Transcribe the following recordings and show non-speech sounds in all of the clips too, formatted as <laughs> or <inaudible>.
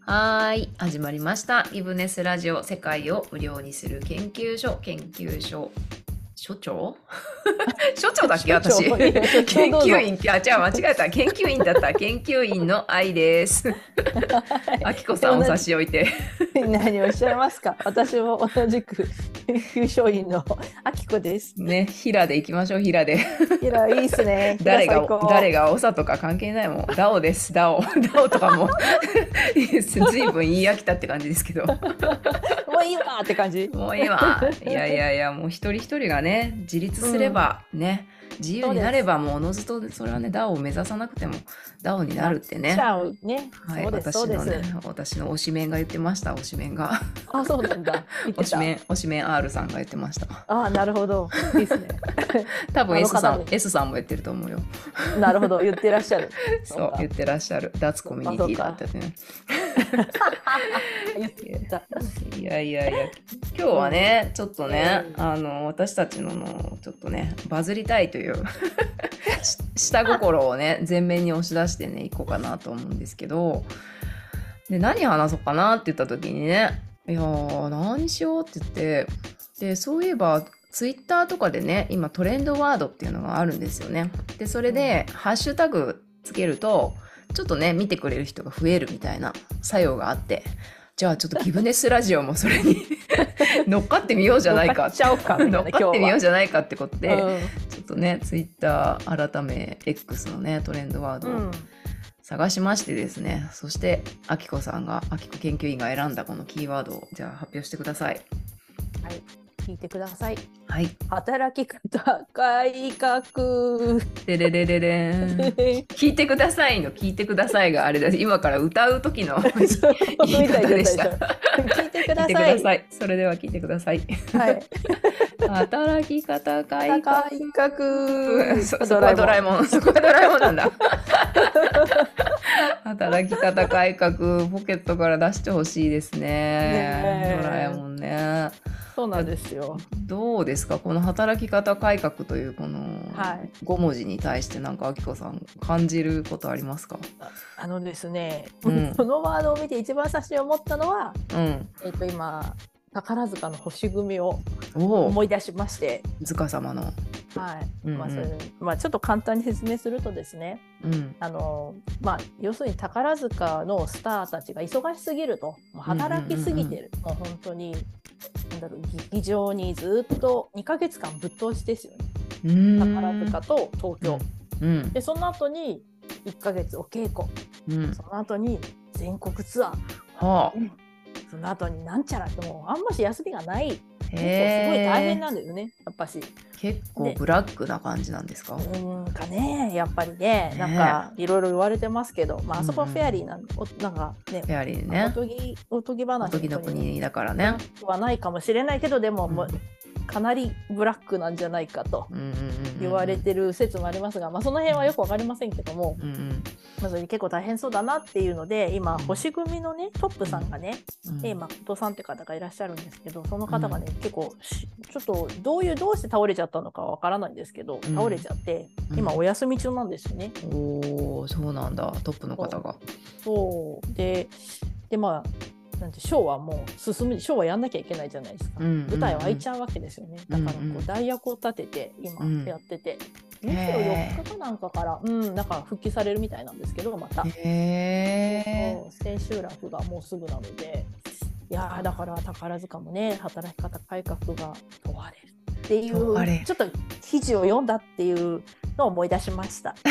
はーい始まりましたイブネスラジオ世界を無料にする研究所研究所所長 <laughs> 所長だっけ所長私いいよ所長研 <laughs> どうぞ究員あじゃあ間違えた研究員だった研究員の愛ですあきこさんを差し置いて何をおっしゃいますか。 <laughs> 私も同じく研究所員のあきこです。ね平でいきましょう平でいやいいですね。 <laughs> 誰が誰が。が長とか関係ないもんダオですダオダオとかもずいぶん言い飽きたって感じですけどもういいわって感じ。もういいわ。いやいやいや、もう一人一人がね、自立すればね、自由になれば、もうおのずと、それはね、ダオを目指さなくても、ダオになるってちね。ゃうね。はい、そうです私そうでのねす。、私の推しメンが言ってました、推しメンが。あそうなんだ。言って推したメン、推しメン R さんが言ってま <laughs> した。あなるほど。いいですね。多分あの S 方さんね、 S さんも言ってると思うよ。なるほど言ってらっしゃる。そそううか、言ってらっしゃる。脱コミュニティだってね。言ってた。いやいやいや、今日はね、ちょっとね、うんあの私たちののちょっとね、バズりたいという <laughs> し下心をね、前面に押し出してね、いこうかなと思うんですけど、で何話そうかなって言った時にね、いやー何しようって言って、でそういえば。ツイッターとかでね今トレンドワードっていうのがあるんですよね。でそれで、ハッシュタグつけるとちょっとね見てくれる人が増えるみたいな作用があってじゃあちょっとギブネスラジオもそれに <laughs> 乗っかってみようじゃないか乗っかっちゃおうかみた <laughs> 乗いっなかってみよう今日はじゃないかってことで、うんちょっとねツイッター改め X のねトレンドワーうドをん。探しましてですね、そしてあきこさんがあきこ研究員が選んだこのキーワードをじゃあ発表してください。聞いてください。はい、働き方改革。でれれれれん <laughs> 聞いてくださいの聞いてくださいがあれだ今から歌う時の聞いてそう言い方でしたみたいな聞いてくだくさだい。さいそれでは聞いてくださいはい。働き方改革改革。そそこはドラえもんそ <laughs> こはドラえもんなんだ <laughs> 働き方改革ポケットから出してほしいですねねえドラえもんねそうなんですよ。どうですかこの働き方改革というこのはい5文字に対してなんかあきこさん感じることありますかあのですね、うんこのワードを見て一番最初に思ったのは、うんえっ、と今宝塚の星組をおお思い出しまして、ずか様のはい。うんうんまあそれまあちょっと簡単に説明するとですね、うんあのまあ要するに宝塚のスターたちが忙しすぎると、もう働きすぎてる、もう本当に。なんだろう劇場にずっと2ヶ月間ぶっ通しですよねうーん宝塚と東京、うんでその後に1ヶ月お稽古うんその後に全国ツアーはあその後になんちゃらってもうあんまし休みがない結構すごいへ大変えなんだよねやっぱし結構ブラックな感じなんですかうーんかねやっぱりねなんかいろいろ言われてますけど、まああそこはフェアリーなん,、おなんかねフェアリーおねとぎおとぎお話とぎの国だからねはないかもしれないけどでももううんかなりブラックなんじゃないかと。うんうんうんうん言われてる説もありますが、まあ、その辺はよくわかりませんけども、うんうんまあ、それ結構大変そうだなっていうので今うん星組のねトップさんがね、うんえー、誠さんって方がいらっしゃるんですけどその方がね、結構しちょっとどういうどうして倒れちゃったのかわからないんですけどうん倒れちゃって、うん今お休み中なんですよね。おおそうなんだトップの方がそうででまあなんてショーはもう進むショーはやんなきゃいけないじゃないですか、うんうんうん舞台は空いちゃうわけですよねだからこうんうんう代役を立てて今うんやってて、へー24日かなんかから、うん、なんか復帰されるみたいなんですけどまた。へえそう千秋楽がもうすぐなのでいやーだから宝塚もね働き方改革が問われるってい問われるうちょっと記事を読んだっていうのを思い出しま <laughs> した。って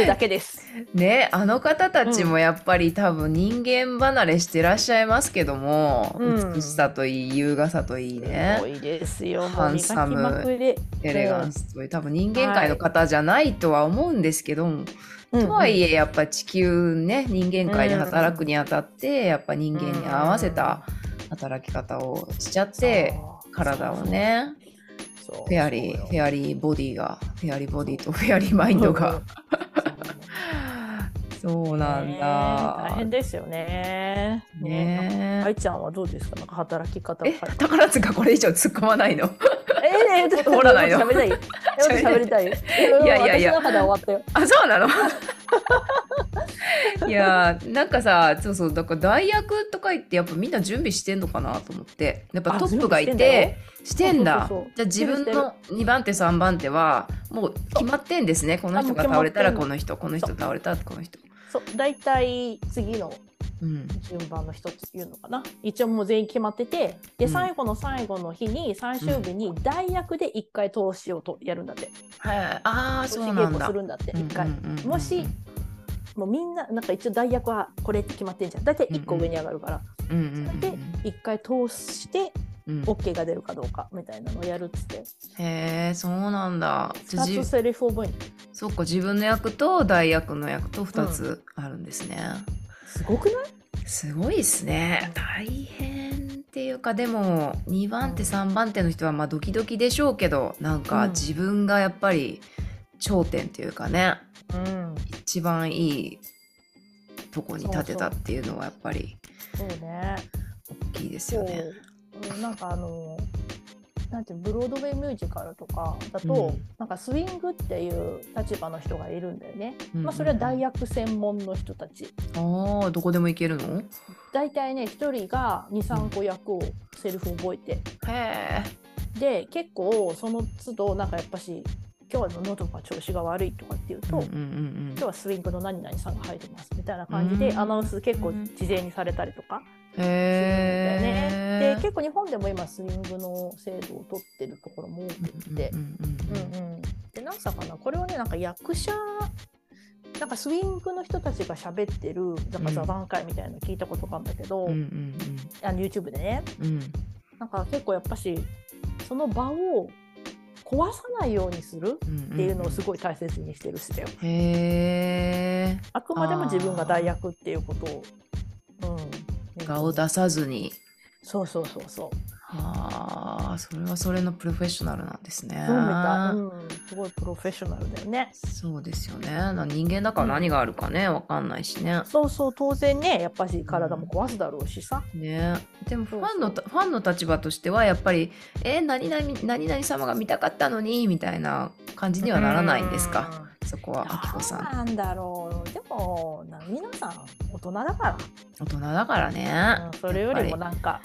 いうだけです。ねあの方たちもやっぱり多分人間離れしてらっしゃいますけども、うん美しさといい優雅さといいねすごいですよ。ハンサムもう磨きまくりエレガンスという多分人間界の方じゃないとは思うんですけども、うんとはいえやっぱ地球ね人間界で働くにあたって、やっぱ人間に合わせた働き方をしちゃって、そう体をねそうそうフェアリーそうフェアリーボディがフェアリーボディとフ <laughs> ェアリーマインドが、そうなんねえ大だ。変ですよね。ねえ愛ちゃんはどうですかなんか働き方え宝塚これ以上突っ込まないの <laughs> ええー、掘らないよ喋りたい。 <laughs> 喋りたい。いやいやいや私の肌終わったよ。あそうなの <laughs> いやーなんかさそうそうだから代役とか言ってやっぱみんな準備してんのかなと思ってやっぱあトップがい準備てしてしてんだそうそうそうじゃあ自分してるの2番手3番手はもう決まってんですねこの人が倒れたらあもこうの人この人倒れたらこの人。そう、大体次のうん順番の人っていうのかな。一応もう全員決まってて、で、うん最後の最後の日に、最終日に代役で一回投資をとやるんだって。はい、ああ投資そう稽なん古だす。るんだって、一回。うんうんうんうんもしもうみんな、なんか一応代役はこれって決まってんじゃん。大体一個上に上がるから、うんうんそれで一回通して、うんうん OK が出るかどうかみたいなのをやるっつって。へえそうなんだ。じゃあじ2つセリフ覚えるそっか自分の役と代役の役と2つあるんですね。すごくないすごいですね。大変っていうかでも2番手3番手の人はまあドキドキでしょうけどなんかうん自分がやっぱり頂点っていうかねうん。一番いいとこに立てたっていうのはやっぱりそうね。大きいですよね。そう。なんかあの、なんていうのブロードウェイミュージカルとかだと、うんなんかスイングっていう立場の人がいるんだよね。うんうんまあそれは代役専門の人たち。ああどこでも行けるの大体ね、一人が2、3個役をセリフ覚えて。へえ。で、結構その都度、なんかやっぱし、今日は喉が調子が悪いとかっていうと、うんうんうん今日はスイングの何々さんが入ってますみたいな感じでうんアナウンス結構事前にされたりとかうん。するんだよへえ。ね。で結構日本でも今スイングの制度を取ってるところも多くってう。んうんううんうんんうんでなんさかなこれはねなんか役者なんかスイングの人たちが喋ってるなんか座談会みたいなの聞いたことがあるんだけど、うんあの YouTube でねうんうんなんか結構やっぱしその場を壊さないようにするうんっていうのをすいごい大切にしてるしだよ。へえあくまでも自分が代役っていうことを、うん、顔を出さずにそうそうそうそうはあそれはそれのプロフェッショナルなんですねそうみたい、うん、すごいプロフェッショナルだよねそうですよねな人間だから何があるかねわかんないしねそうそう当然ねやっぱし体も壊すだろうしさ、ねでもフそうそうァンのたファンの立場としてはやっぱり「え何々何々様が見たかったのに」みたいな感じにはならないんですかそこうはんあきこさんどうなんだろうでもな皆さん大人だか大人だからねら、うん、それよりもやっぱなんか,、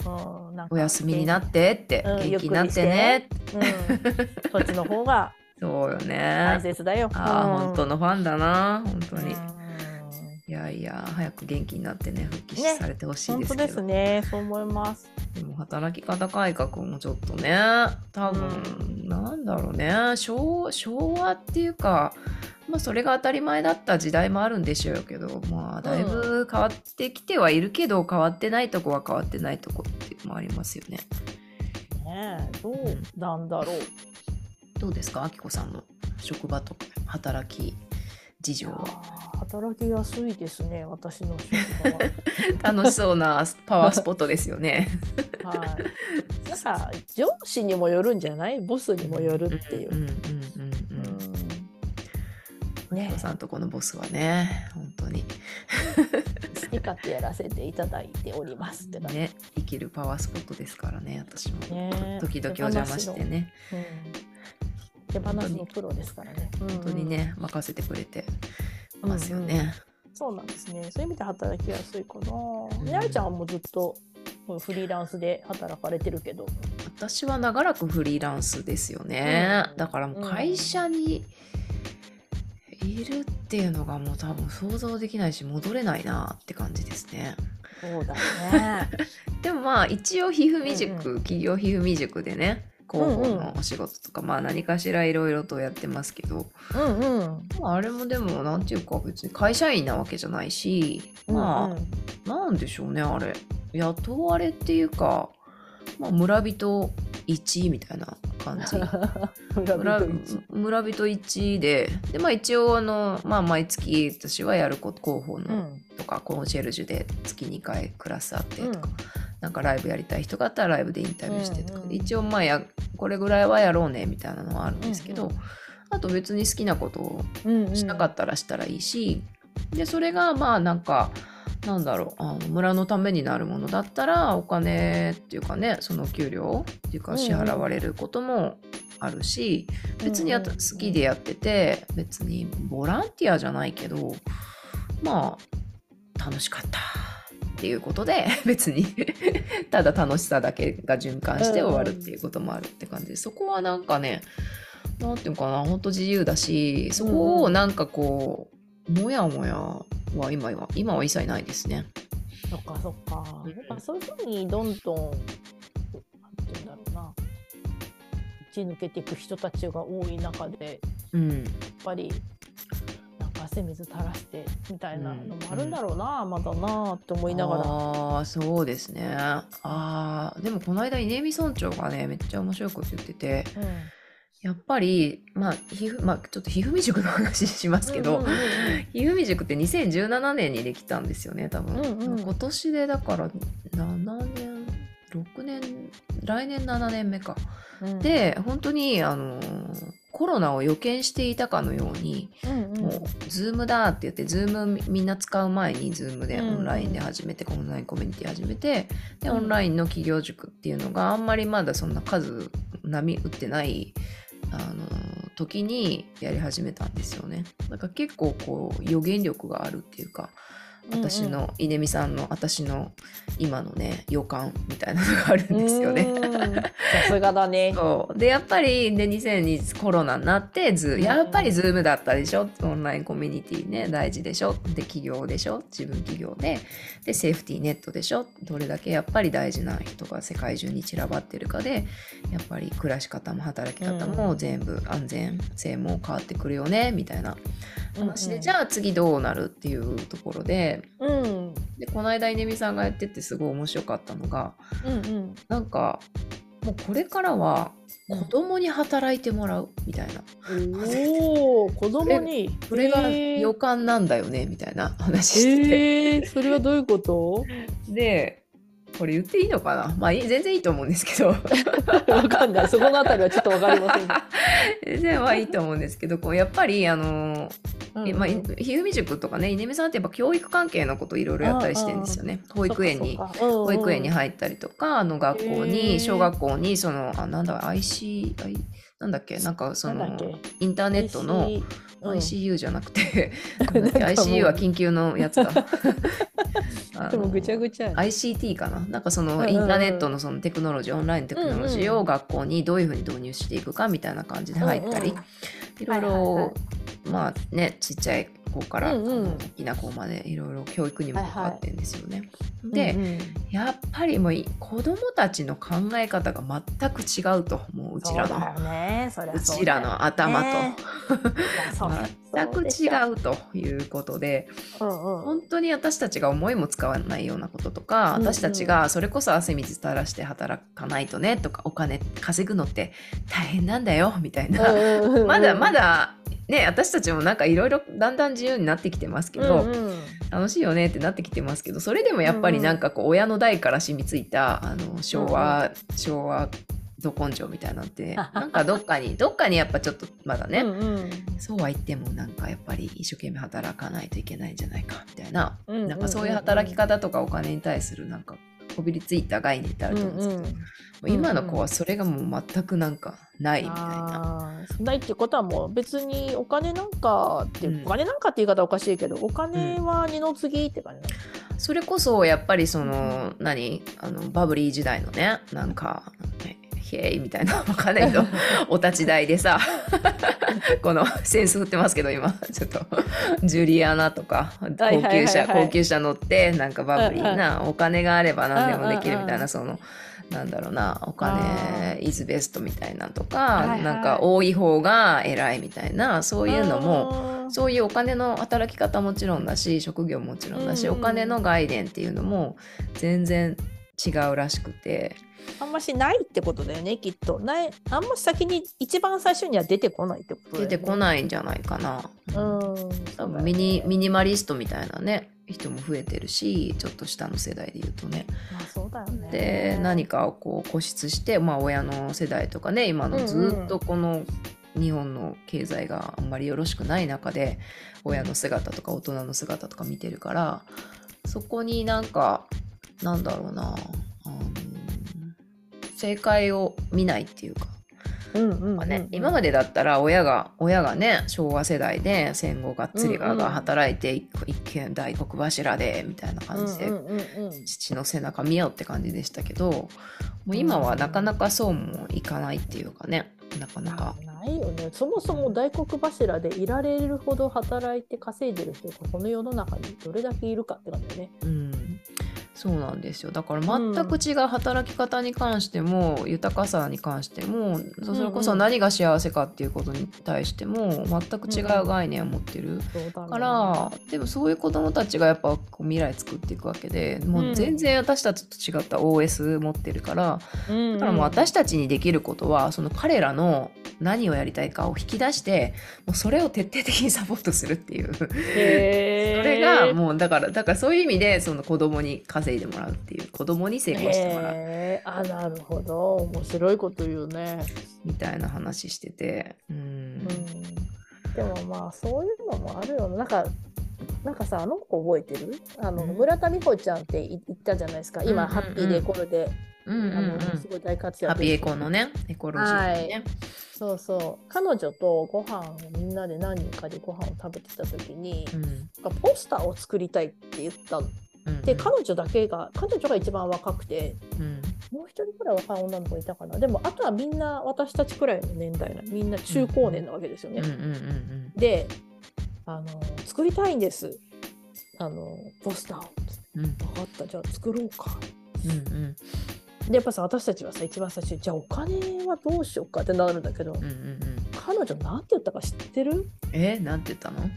うん、なんりかお休みになってってうん元気になってねってうんそっちの方がそうよ大ね切だよあー、うん本当のファンだな本当に、ういんやいや早く元気になってね復帰しねされてほしい本です当けですどで,、ねそう思いますも働き方改革もちょっとね多分、なんだろうね昭昭和っていうかまあそれが当たり前だった時代もあるんでしょうけどまあだいぶ変わってきてはいるけど、変わってないとこは変わってないとこっていうのもありますよねねえどうなんだろう、どうですかあきこさんの職場とか働き事情は働きやすいですね、私の <laughs> 職 <laughs> 楽しそうなパワースポットですよね場は。はい。なんか上司にもよるんじゃない、ボスにもよるっていうう。んうんうんうんうん。うんねね、さんとこのボスはね、本当に好き勝手やらせていただいておりますって感じ。ね、生きるパワースポットですからね、私も。ね時々お邪魔してね、うん手放しのプロですからね。本本当に。ね、任せてくれてますよね。そうなんですね。そういう意味で働きやすいかな。んみなみちゃんはもうずっともうフリーランスで働かれてるけど。私は長らくフリーランスですよね。うんだからもう会社にいるっていうのがもう多分想像できないし、戻れないなって感じですね。そうだね。でもまあ一応ひふみ塾、うんう企業ひふみ塾でね広報うんうんのお仕事とか、まあ何かしらいろいろとやってますけど、うんうん。まあ、あれもでもなんていうか別に会社員なわけじゃないしまあ、うんうんなんでしょうねあれ雇われっていうか、まあ、村人1みたいな感 <laughs> じ村村人一村人1でで、まあ、一応あの、まあ、毎月私はやること広報のとか、コンシェルジュで月2回クラスあってとか、なんかライブやりたい人があったらライブでインタビューしてとか、うんうん一応まあやこれぐらいはやろうねみたいなのはあるんですけど、うんうあと別に好きなことをうんうん、しなかったらしたらいいし、でそれがまあなんかなんだろうあの村のためになるものだったらお金っていうかねその給料っていううかん支払われることもあるし、別にあとうんうんうん好きでやってて別にボランティアじゃないけどまあ楽しかったっていうことで <laughs> 別にただ楽しさだけが循環して終わるっていうこともあるって感じでそこはなんかねなんていうのかな本当自由だしそこをなんかこうもやもやは今は今は一切ないですね。そっかそっかうん。なんかそういうふうにどんどん、なんて言うんだろうな、打ち抜けていく人たちが多い中で、うん、やっぱり、なんか汗水垂らしてみたいなのもあるんだろうな、まだなって思いながら。あーそうですねああーでもこの間稲見村長がねめっちゃ面白いこと言っててうんやっぱりまあひふまあちょっとひふみ塾の話しますけど、うんうんうんうんひふみ塾って2017年にできたんですよね多分、うんうん今年でだから7年6年来年7年目か、うん、で本当にあのーコロナを予見していたかのように、うんうん、もう、ズームだって言って、ズームみんな使う前に、ズームでうオんンラインで始めて、オンラインコミュニティ始めて、で、うんオンラインの企業塾っていうのがあんまりまだそんな数、波打ってない、あの、時にやり始めたんですよね。だから結構こう、予言力があるっていうか、私うんうんの、稲見さんの、私の今のね、予感みたいなのがあるんですよね。うんさすがだね。そうでやっぱりで2020コロナになってずうんやっぱりズームだったでしょオンラインコミュニティね大事でしょで企業でしょ自分企業ででセーフティーネットでしょどれだけやっぱり大事な人が世界中に散らばってるかでやっぱり暮らし方も働き方も全部安全性も変わってくるよねみたいな話で、じあ、ゃあ次どうなるっていうところでうんうんでこの間稲見さんがやっててすごい面白かったのがうんなんかもうこれからはうん子供に働いてもらうみたいな、うん、おお子供にそれがへー予感なんだよねみたいな話してて、えー、それはどういう <laughs> こと？でこれ言っていいのかなまあいい全然いいと思うんですけ <laughs> どわかんない。そこのあたりはちょっとわかりませんが。全然はいいと思うんですけどこうやっぱりあのう <laughs> んえまあ、いひふみ塾とかね稲見さんってやっぱ教育関係のこといろいろやったりしてるんですよね保育園にそっかそっかうんうん保育園に入ったりとかあの学校へにー小学校にそのあなんだ IC あいなんだっけなんかそなんだのっけインターネットの IC うん ICU じゃなく <laughs> て、んなんだっけなんかもう ICU は緊急のやつ <laughs> だあのでもぐちゃぐちゃやね。 ICT かななんかそうんうんのうんインターネットのそのテクノロジーオンラインテクノロジーうんうをん学校にどういうふうに導入していくかみたいな感じで入ったり、うんうんいろいろ、はいはいはまあねちっちゃい子から、うんうんあの大きな子までいろいろ教育にも関わってるんですよね。で、うんうんやっぱりもうい子どもたちの考え方が全く違うともううちらそうだのよね。そりゃうそうちらの頭と。ね <laughs> 全く違ううということでだよ。うんうん本当に私たちが思いも使わないようなこととかうんうん私たちがそれこそ汗水垂らして働かないとねとかお金稼ぐのって大変なんだよみたいな、うんうんうんうんまだまだね私たちもなんかいろいろだんだん自由になってきてますけど、うんうん楽しいよねってなってきてますけどそれでもやっぱりなんかこう親の代から染みついたあの昭和、昭和ど根性みたいなん <laughs> てなんかどっかにどっかにやっぱちょっとまだね、うんうんそうは言ってもなんかやっぱり一生懸命働かないといけないんじゃないかみたいな、うんうんなんかそういう働き方とかお金に対するなんかこびりついた概念ってあると思うんですけど、もう今の子はそれがもう全くなんかないみたいな。あーないってことはもう別にお金なんかって、うんお金なんかって言い方はおかしいけどお金は二の次って感じだそれこそやっぱりその、何あのバブリー時代のねなんか「ひえい」みたいなわかんないけ <laughs> どお立ち台で <laughs> さこのセンス振ってますけど今ちょっとジュリアナとかはい高はいはい級はい車高級車乗ってなんかバブリーなお金があれば何でもできるみたうんいうんなその。なんだろうなおあ金イズベストみたいなとか、いはいなんか多い方が偉いみたいなそういうのももそういうお金の働き方もちろんだし職業ももちろんだし、うんうんお金の概念っていうのも全然違うらしくてあんましないってことだよねきっとないあんまし先に一番最初には出てこないってことだよ出ねてこないんじゃないかな。うん多分ミニミニマリストみたいなね人も増えてるしちょっと下の世代で言うとね。まあそうだよねで何かをこう固執して、まあ、親の世代とかね今うんうのんずっとこの日本の経済があんまりよろしくない中で親の姿とか大人の姿とか見てるからそこになんかなんだろうなあの正解を見ないっていうかうんうんまあね今までだったら親が親がね昭和世代で戦後がっつりガーガー働いて、一一軒大黒柱でみたいな感じで、うんうんうんうん父の背中見ようって感じでしたけどもう今はなかなかそうもいかないっていうかねなかなかないよねそもそも大黒柱でいられるほど働いて稼いでる人がこの世の中にどれだけいるかって感じだよね。うん、そうなんですよだから全く違う働き方に関しても、豊かさに関してもそそれこそ何が幸せかっていうことに対しても全く違う概念を持ってる。そうだねからでもそういう子どもたちがやっぱこう未来作っていくわけでもう全然私たちと違った OS 持ってるから、だからもう私たちにできることはその彼らの何をやりたいかを引き出してもうそれを徹底的にサポートするっていうそれれがもうだからだからそういう意味でその子供に稼いでもらうっていう子供に成功してもらうへーあなるほど面白いこと言うね、みたいな話しててうんうん、でもまあそういうのもあるよねなんかなんかさあの子覚えてるあの、うん村田美穂ちゃんってい言ったじゃないですか今、うんうんうんハッピーでコルで、うんうんうんあのすごい大活ハ躍ッピーエコーのねエコロジーのね、そうそう彼女とご飯をみんなで何人かでご飯を食べてた時に、うんなんかポスターを作りたいって言ったのうんで彼女だけが彼女が一番若くてうんもう一人くらい若い女の子いたかなでもあとはみんな私たちくらいの年代なみんな中高年なわけですよね、うんうんうんであの作りたいんですあのポスターをうんうん分かったじゃあ作ろうかうんうんでやっぱさ私たちはさ一番最初にじゃあお金はどうしようかってなるんだけうど、んうんうん彼女なんて言ったか知ってるえなんて言った <laughs> の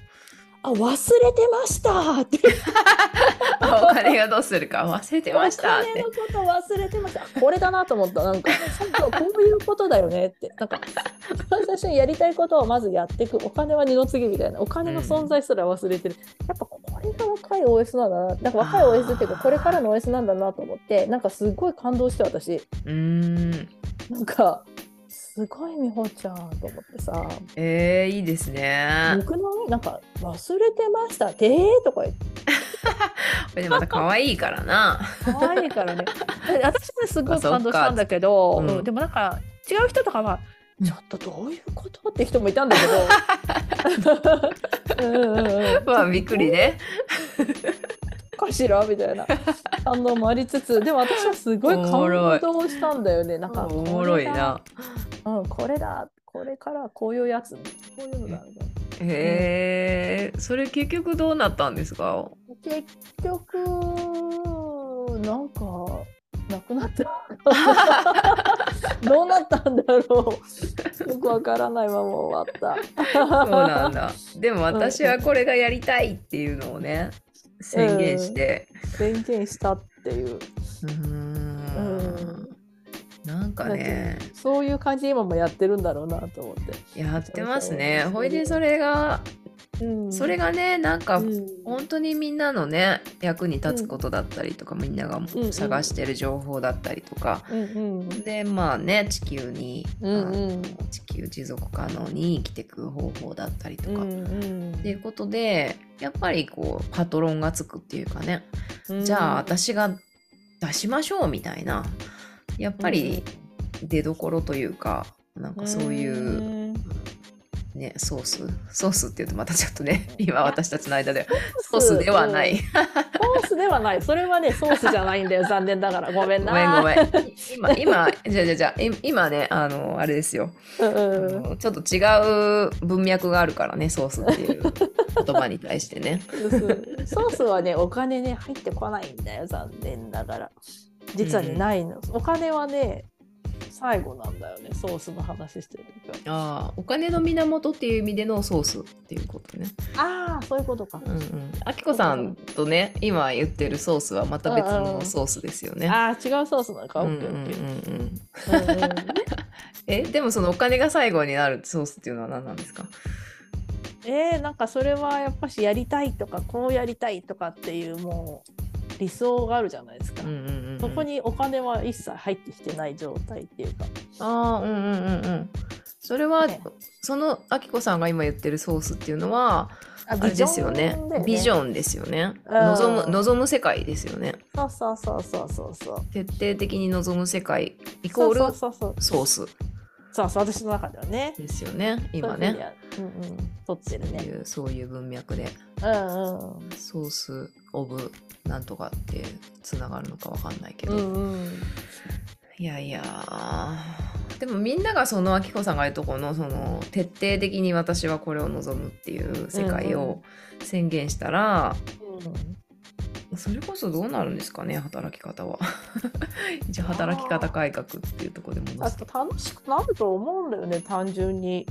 あ忘れてましたって言ってあお金がどうするか忘れてましたっお金てのこと忘れてましたあこれだなと思ったなんかそうこういうことだよねってなんか一番最初にやりたいことをまずやっていくお金は二の次みたいなお金の存在すら忘れてる、やっぱこれが若い OS なんだななんか若いあー OS っていうかこれからの OS なんだなと思ってなんかすごい感動して私うーんなんかすごい美穂ちゃんと思ってさえー、いいですね僕のなんか忘れてましたってえーとか言って。これでまた可愛いから <laughs> な可愛いからね。で私もすごい感動したんだけあどそ、っかうんうんでもなんか違う人とかはうんちょっとどういうことって人もいたんだ <laughs> けど。うんうんうん。まあびっくりねかしらみたいな反応もありつつ、でも私はすごいお感もろい動したんだよね。なんかおもろいなこれだ。うん、これだ。これからはこういうやつ。こういうのだみたいな。へえ、それ結局どうなったんです <laughs> か。結局なんかなくな <laughs> ったどうなったんだろうよくわからないまま終わったそうなんだ。でも私はこれがやりたいっていうのをね宣言して。宣言したっていううーん。なんかねそういう感じで今もやってるんだろうなと思って、やってますねそうそう。ほいでそれがうんそれがねなんか。うん本当にみんなのね役に立つことだったりとか、みんながもう探してる情報だったりとか、うんうんでまあね地球に、うんうんあの地球持続可能に生きていく方法だったりとうか、んうんっていうことでやっぱりこうパトロンがつくっていうかね、うんじゃあ私が出しましょうみたいなやっぱり出どころというかなんかそういう、んね、ソースソースっていうとまたちょっとね今私たちの間ではソースではないソースではないそれはねソースじゃないんだよ残念ながらごめんごなめんごめん今 <laughs> 今じゃあじゃあじゃあい今ねあのあれですよ、うんあうんのちょっと違う文脈があるからねソースっていう言葉に対して <laughs> ねソースはねお金ね入ってこないんだよ残念ながら実はね、うんないのお金はね最後なんだよねソースの話してる時ああお金の源っていう意味でのソースっていうことねはああそういうことか、うんうん、あきこさんとね今言ってるソースはまた別のソースですよね。ああ違うソースなのか、うオんうんうッんケうーオッケんーうんうんえでもそのお金が最後になるソースっていうのは何なんですかえー、なんかそれはやっぱしやりたいとかこうやりたいとかっていうもう理想があるじゃないですか、うんうんうんうんそこにお金は一切入ってきてない状態っていうかああうんうんうんうんそれは、ねそのあきこさんが今言ってるソースっていうのはああれですよねだビジョンですよねうん望む望む世界ですよねそうそうそうそうそうそう徹底的に望む世界イコールそうそうそうソースそうそう私の中ではねですよね今そうねいうふうにやうんうん取ってそるうねいうそういう文脈でうんうんソースオブなんとかってつながるのかわかんないけうど、んうんいやいやーでもみんながそのあきこさんが言うとこのその徹底的に私はこれを望むっていう世界を宣言したら、それこそどうなるんですかね働き方は <laughs> 一応働き方改革っていうところでもあと楽しくなると思うんだよね単純に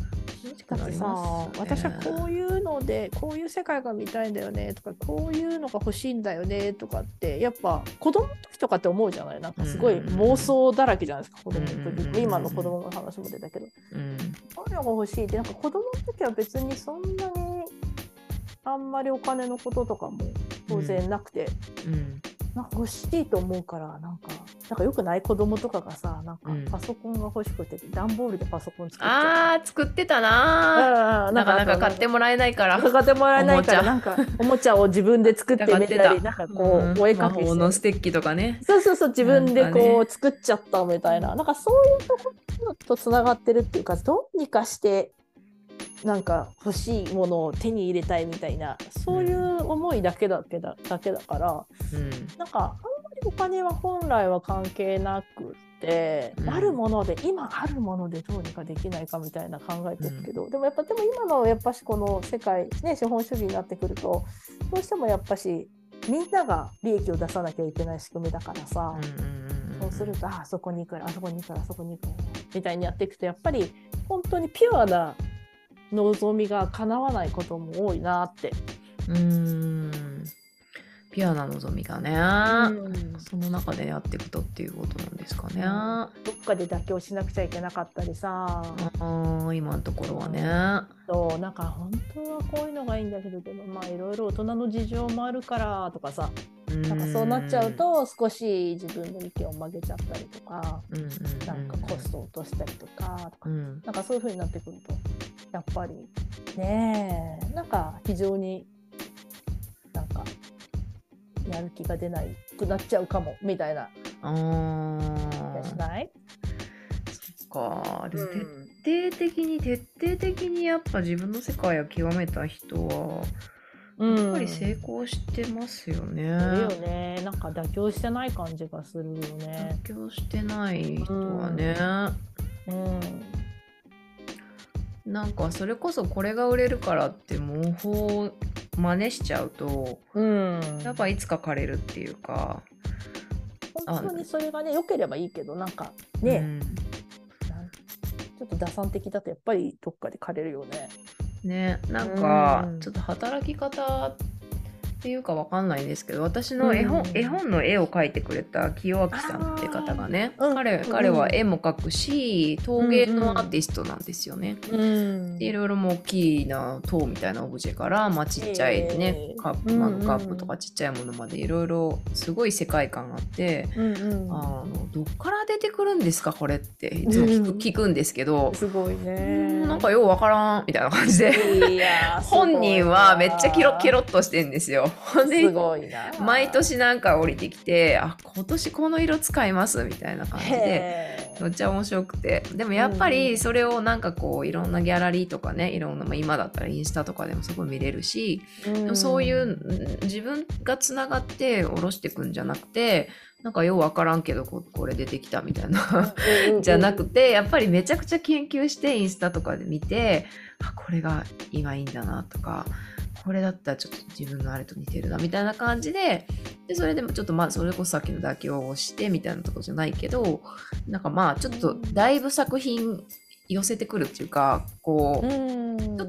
楽しくだっなてりさ、ますね私はこういうのでこういう世界が見たいんだよねとかこういうのが欲しいんだよねとかってやっぱ子供の時とかって思うじゃないなんかすごい妄想だらけじゃないですか子供のうんうんうん時今の子供の話も出たけどうんこういうのが欲しいってなんか子供の時は別にそんなにあんまりお金のこととかも当然なくて、うんなんか欲しいと思うからなんかなんかよくない子供とかがさなんうんかパソコンが欲しくて段ボールでパソコン作っちゃう。あー作ってたなうーんなかなか買ってもらえないからかかってもらえないからおなんかおもちゃを自分で作ってみたりなんかこう、んお絵かき魔法しのてステッキとかねそうそうそう自分でこなうんか作っちゃったみたいななんかそういうところとつながってるっていうかどうにかしてなんか欲しいものを手に入れたいみたいなそういう思いだけだけだだけだからうんなんかあんまりお金は本来は関係なくって、うんあるもので今あるものでどうにかできないかみたいな考えてるけど、でもやっぱでも今のやっぱしこの世界、ね、資本主義になってくるとどうしてもやっぱしみんなが利益を出さなきゃいけない仕組みだからさ、うんそうするとああそこに行くらあそこに行くらあそこに行くらみたいにやっていくとやっぱり本当にピュアな望みが叶わないことも多いなって。うーんピュアな望みがね、うんその中でやっていくとっていうことなんですかね。うんあどっかで妥協しなくちゃいけなかったりさ、ー今のところはね。そうなんか本当はこういうのがいいんだけどでもまあいろいろ大人の事情もあるからとかさななんかそうなっちゃう、と少し自分の意見を曲げちゃったりとかうんうんうなんかコストを落としたりとかとかうんなんかそういう風になってくるとやっぱりねえなんか非常になんかやる気が出ないくなっちゃうかもみたいなあ気がしーない、そっかでも徹底的に徹底的にやっぱ自分の世界を極めた人はうんやっぱり成功してますよね。するよねなんか妥協してない感じがするよね妥協してない人はね、うんなんかそれこそこれが売れるからって模倣を真似しちゃうとうんやっぱいつか枯れるっていうか本当にそれがね良ければいいけどなんかね、なんちょっと打算的だとやっぱりどっかで枯れるよね。うんねなんかうんちょっと働き方っていうかわかんないんですけど私の絵本,、うん絵本の絵を描いてくれた清明さんって方がね、あーうん彼彼は絵も描くし陶芸のアーティストなんですよね。うんでいろいろもう大きいな塔みたいなオブジェから、まあ、ちっちゃいね、えーカップうんうマんグカップとかちっちゃいものまでいろいろすごい世界観があって、うんうんあのどっから出てくるんですかこれっていつも聞く,、うん聞くんですけど、すごいね。なんかようわからんみたいな感じでいやーすごいな本人はめっちゃケロケロっとしてんですよ。ほんですごいな。毎年なんか降りてきてあ今年この色使いますみたいな感じで。へーめっちゃ面白くてでもやっぱりそれをなんかこういろんなギャラリーとかねいろんな、まあ、今だったらインスタとかでもすごい見れるし、でもそういんううん自分がつながって下ろしてくんじゃなくてなんかようわからんけどここれ出てきたみたいなうんうんじゃなくてやっぱりめちゃくちゃ研究してインスタとかで見てあこれが今いいんだなとかこれだったらちょっと自分のあれと似てるなみたいな感じででそれでもちょっとまあそれこそさっきの妥協をしてみたいなとこじゃないけどなんかまあちょっとだいぶ作品寄せてくるっていうかこううんちょっと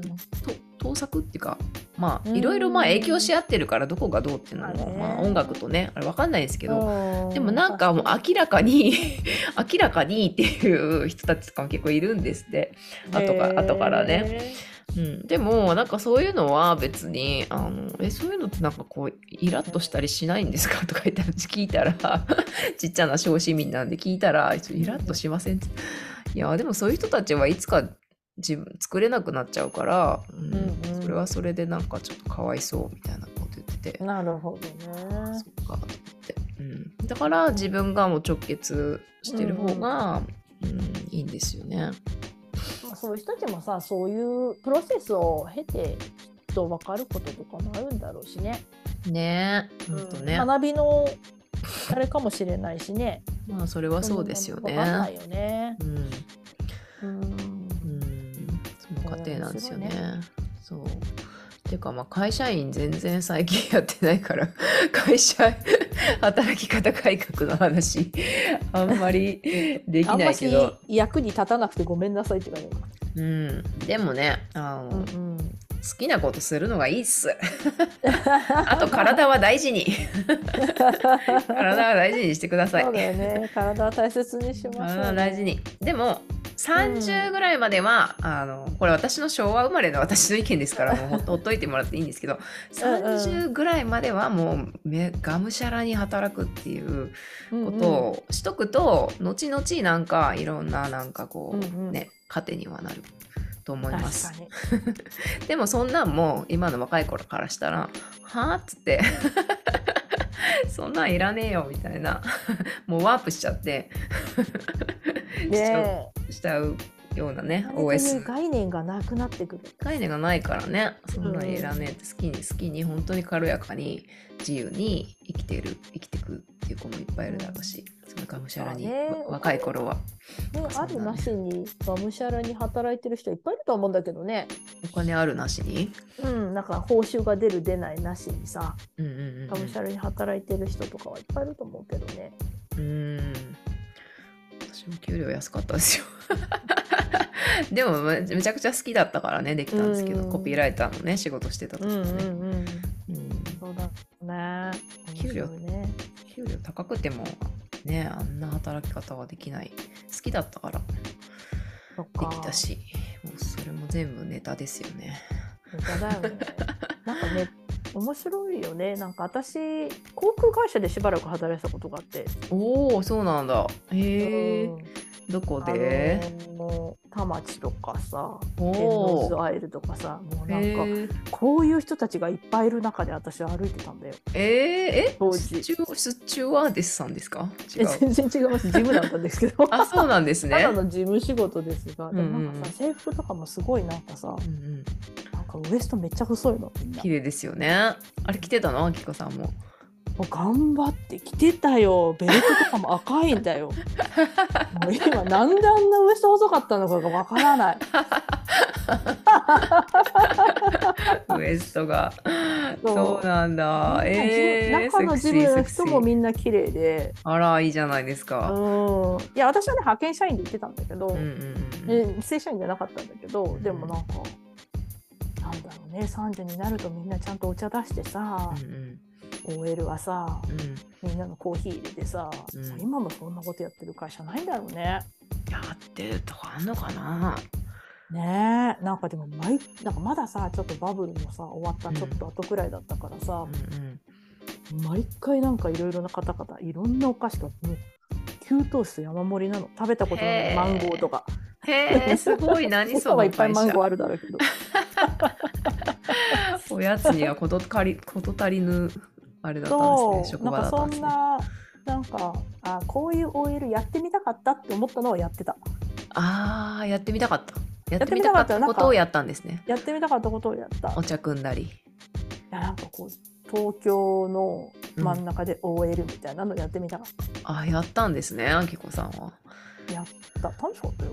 と盗作っていうかまあうんいろいろまあ影響し合ってるからどこがどうっていうのまあもねまあ音楽とねあれ分かんないですけどうんでもなんかもう明らかに <laughs> 明らかにっていう人たちとかも結構いるんですって、後かへー後からねうん、でもなんかそういうのは別にあのえそういうのってなんかこうイラッとしたりしないんですかと <laughs> か言ったら聞いたら <laughs> ちっちゃな小市民なんで聞いたらイラッとしませんっていやでもそういう人たちはいつか自分作れなくなっちゃうから、うんうんうんそれはそれでなんかちょっとかわいそうみたいなこと言ってて、なるほどね。そっかと思って、うん、だから自分がもう直結してる方が、うんいいんですよね。まあ、そういう人たちもさそういうプロセスを経てきっと分かることとかもあるんだろうしねねえ、ほんとね、うん学びのあれかもしれないしねまあそれはそうですよ分かんなね。いよねうんうんうんその過程なんですよね。これそう。ていうかまあ会社員全然最近やってないから <laughs> 会社 <laughs> 働き方改革の話 <laughs> あんまりできあんなまいけしど、役に立たなくてごめんなさいって感じ、うん、でもね <laughs> あの、うんう好ん、きなことするのがいいっすあと体は大事に <laughs> 体は大事にしてくださいそうだよね体は大切にしましょう、ね、体は大事にでも30ぐらいまでは、あのこれ私の昭和生まれの私の意見ですからもうほっと <laughs> ほっといてもらっていいんですけどうんうん30ぐらいまではもうめがむしゃらに働くっていううんうこんとをしとくと、後々なんかいろんななんかこう、うんうんね糧にはなると思い確ますか。にでもそんなんもう今の若い頃からしたら「はあ?」っつって <laughs> そんなんいらねえよみたいな <laughs> もうワープしちゃって <laughs> しちゃうねしちゃうようなねえという OS 概念がなくなってくる概念がないからねそんなんいらねえって好きに好きに本当に軽やかに自由に生きている生きてくっていう子もいっぱいいるだろうし、そのがむしゃらに、そうねわ若い頃はねそうだあねるなしにがむしゃらに働いてる人いっぱいいると思うんだけどねお金あるなしにうん、なんか報酬が出る出ないなしにさうんうんうんうんがむしゃらに働いてる人とかはいっぱいいると思うけどね。うーん私も給料安かったですよ <laughs> でもめめちゃくちゃ好きだったからねできたんですけど、うんコピーライターのね仕事してた時はね、うん、うんそうだね。給料面白いね。給料高くてもねあんな働き方はできない好きだったからそっでかきた。しもうそれも全部ネタですよねネタだよ <laughs> ね。なんかね面白いよね。なんか私航空会社でしばらく働いてたことがあって。おおそうなんだへえ、うんどこあで、のー田町とかさ、エンローズおおアイルとかさ、もうえなんかー、こういう人たちがいっぱいいる中で私は歩いてたんだよ。えー、え当ス時チュスチュワーデスさんですか違えう全然違 <laughs> います。ジムだったんですけど。あそうなんです <laughs> たねだの事務仕事ですが、でもなんかさ、制服とかもすごいなんかさ、うんうんなんかウエストめっちゃ細いのみんな綺。麗ですよね。あれ着てたの、あきこさんも。もう頑張って着てたよ。ベルトとかも赤いん <laughs> だよ。もう今なんであんなウエスト細かったのかがわからない。ウエストが。そうそうなんだ。みんなジムえー、中のセクシ事ー務のセクシ人もー。みんな綺麗で、あら、いいじゃないですうか。ん。いや私はね派遣社員で行ってたんだけど、うんうんうん。で正社員じゃなかったんだけど、でもなんか。なんだろうね30になるとみんなちゃんとお茶出してさう、んうん OL はさうん。いみんなのコーヒー入れてさ、うん今もそんなことやってる会社ないんだろうね。やってるとかあんのかな。ねえなんかでも毎なんかまださちょっとバブルもさ終わったうんちょっと後くらいだったからさうん、うん。毎回なんかいろいろな方々いろんなお菓子がもう給湯室山盛りなの食べたことのなへえいマンゴーとかへえ、すご <laughs> い、何そ他はのいっぱい会マン社ゴー。あるだろうけどおやつにはことかり、こと足りぬ。あれだったんそですね。職うなん場だかったんそですんね。ななんかあこういう OL やってみたかったって思ったのをやってたああ、やってみたかった。ややっっててみみたたかかっったたなんかことをやったんですね。やってみたかったことをやったお茶組んだり。いやなんかこう東京の真ん中で OL みたいなのやってみたかっあ、やったんですね、あきこさんは。た、楽しかったよ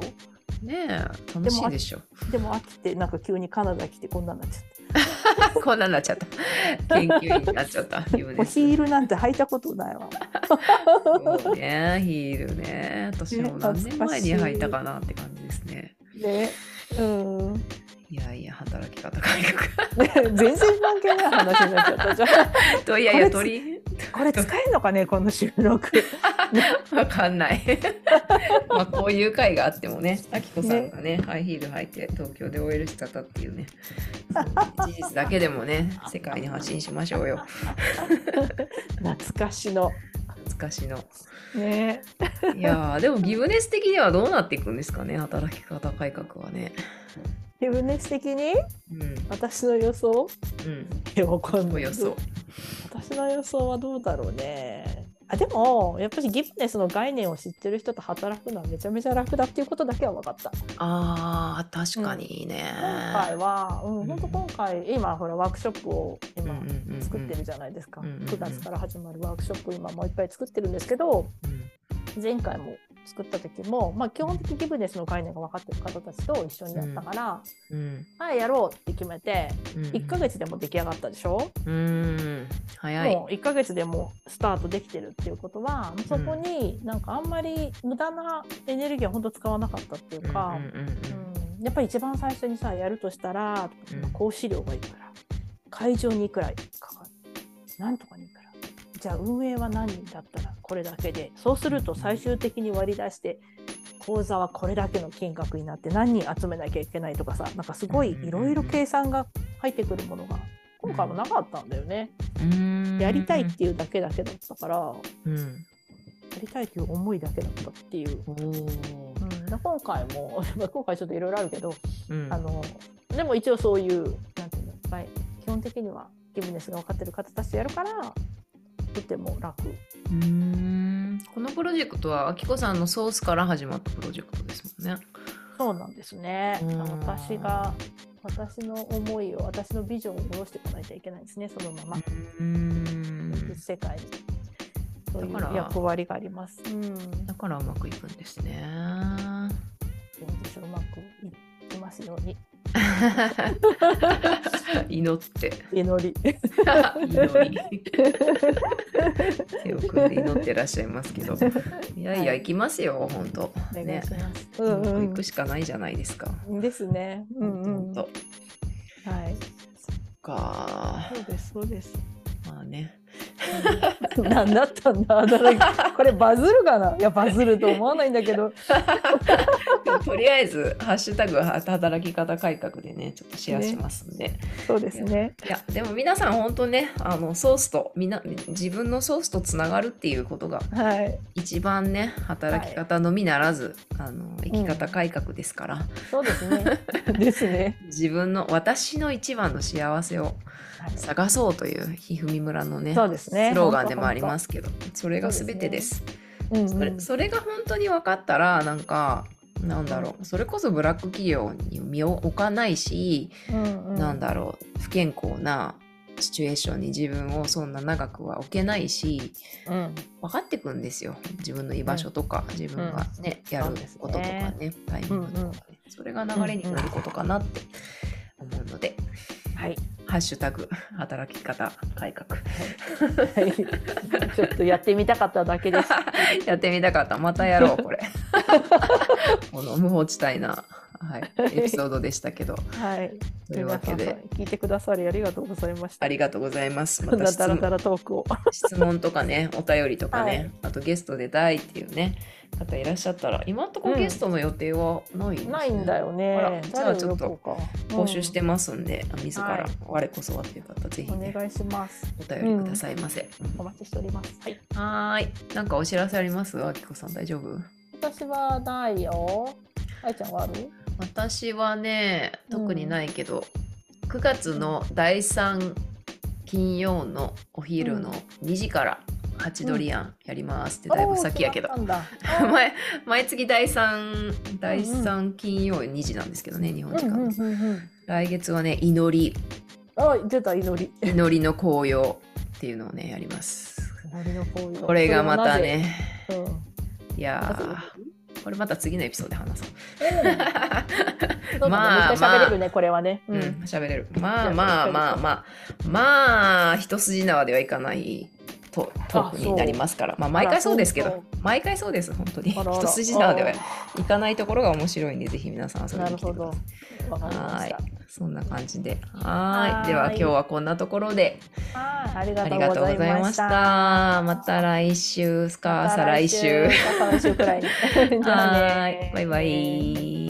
ねえ楽しいでしょでも飽きてなんか急にカナダ来てこんなんなっちゃって <laughs> こんなんなっちゃった研究員になっちゃ <laughs> ったヒもうヒールなんて履いたことないわそうねヒールね私も何年前に履いたかなって感じですねねうんねいやいや働き方改 <laughs> 革全然関係ない話になっちゃったじゃといやいやこれ鳥あ <laughs> これ使えるのかねこの収録 <laughs> わかんない <laughs> まあこういう会があってもねあきこさんがねハイヒール履いて東京で OL してたっていうねそう事実だ <laughs> けでもね世界に発信しましょうよ懐かしの懐か <laughs> しの。ねいやーでもギブネス的にはどうなっていくんですかね働き方改革はね。ギブネス的にうん私の予想えわかうんん。おないよそ。私の予想はどうだろうねあでもやっぱりギブネスの概念を知ってる人と働くのはめちゃめちゃ楽だっていうことだけは分かったあー確かにね。今回は、うんうん本当今回今ほらワークショップをうん今うんうんうん作ってるじゃないですか、うんうんうん9月から始まるワークショップ今もういっぱい作ってるんですけどうん前回も作った時も、まあ、基本的にギブネスの概念が分かってる方たちと一緒にやったから、うんはいやろうって決めてうん1ヶ月でも出来上がったでしょ、うん早い。もう1ヶ月でもうスタートできてるっていうことはそこになんかあんまり無駄なエネルギーを本当使わなかったっていうか、うんうんうんうんうんやっぱり一番最初にさやるとしたらうんまあ講師料がいくら会場にいくらかかるなんとかにいくらじゃあ運営は何人だったらこれだけでそうすると最終的に割り出して講座はこれだけの金額になって何人集めなきゃいけないとかさなんかすごいいろいろ計算が入ってくるものが今回もなかったんだよね。うんやりたいっていうだけだけだったから、やうんりたいという思いだけだったっていう。おーうん、だから今回も、 <laughs> まあ今回ちょっといろいろあるけど、うんあの、でも一応そういう、なんていうの、いっぱい、基本的にはギブネスが分かってる方たちとやるから、とても楽。うーんこのプロジェクトはあきこさんのソースから始まったプロジェクトですもんね。そうなんですね。うん私が、私の思いを、私のビジョンを下ろしていかないといけないんですね、そのまま。うーん世界に。そういうだから役割があります。うん。だからうまくいくんです <laughs> ね。私うまくいきますように。祈 <laughs> って祈り。祈り手を組んで祈ってらっしゃいますけどいやいやはい行きますよ本当お願ねいします。ううんうん行くしかないじゃないですか。ですね。うんうん。ほはとい。かそうですそうです。 <laughs> <laughs> まあね。なんだったんだ働き。これバズるかな。いやバズると思わないんだけ <laughs> ど。でもとりあえず「ハッシュタグ働き方改革」でねちょっとシェアしますんで、そうですね。いやでも皆さん本当ねあのソースとみんな自分のソースとつながるっていうことがはい。一番ね働き方のみならず、あの生き方改革ですから、そうで <laughs> すね。ですね。自分の私の一番の幸せを探そうというひふみ村のねそうですねスローガンでもありますけどそれが全てですうんうんそれそれが本当に分かったらなんかなんだろうそれこそブラック企業に身を置かないし、うんうんなんだろう不健康なシチュエーションに自分をそんな長くは置けないしうん分かってくんですよ自分の居場所とか、自分がね、やることとかねそうタイミングとかね、それが流れになることかなって思うのではい「ハッシュタグ働き方改革はい。 <laughs> ちょっとやってみたかっただ <laughs> けです。」やってみたかったまたやろう <laughs> これこの無法地帯な、はい、エピソードでした <laughs> けどはい。というわけ皆でさん聞いてくださりありがとうございました。ありがとうございますこまんたな質ダラ問ダラトークを。質問とか <laughs> ねお便りとかね、はいあとゲスト出たいっていうね方いらっしゃったら今んとこうんゲストの予定はないですね、ないんだよあねら。じゃあちょっと募集しても、ますんで、あ自らはい我こそはっていう方ぜひうんねお願いします。お便りくださいませ、お待ちしております。はい。はーいなんかお知らせありますあきこさん大丈夫私はないよ。あいちゃんはある？私はね特にないけど、9月の第3金曜のお昼の2時から「ハチドリアン」やりますって、だいぶ先やけどおー。決まっ <laughs> たんだ毎毎月第3第3金曜2時なんですけどね、日本時間の、うんうんうんうん。来月はね祈りあ、出た祈り。祈りの紅葉っていうのをねやります祈りの紅葉これがまた。ねそれはなぜいやーこれまた次のエピソードで話そううん。うんそうまあだね。めっちゃ喋れるねこれは <laughs> ね。ううんん。喋れるまあまあまあまあまあ一筋縄ではいかないトトークになりますからまあ毎回そうですけあらそどう毎回そうです本当にあらあら一筋縄ではいかないところが面白いんでぜひ皆さん遊びなにる来てほくだどさい。わかりまはしいた。、そんな感じで。ははーい、いでは今日はこんなところではい。あありりががととうござうございいままし。したた。また来週、すか、再来週。 <laughs> また来週くらいに。じゃあねはーい、バイバイ。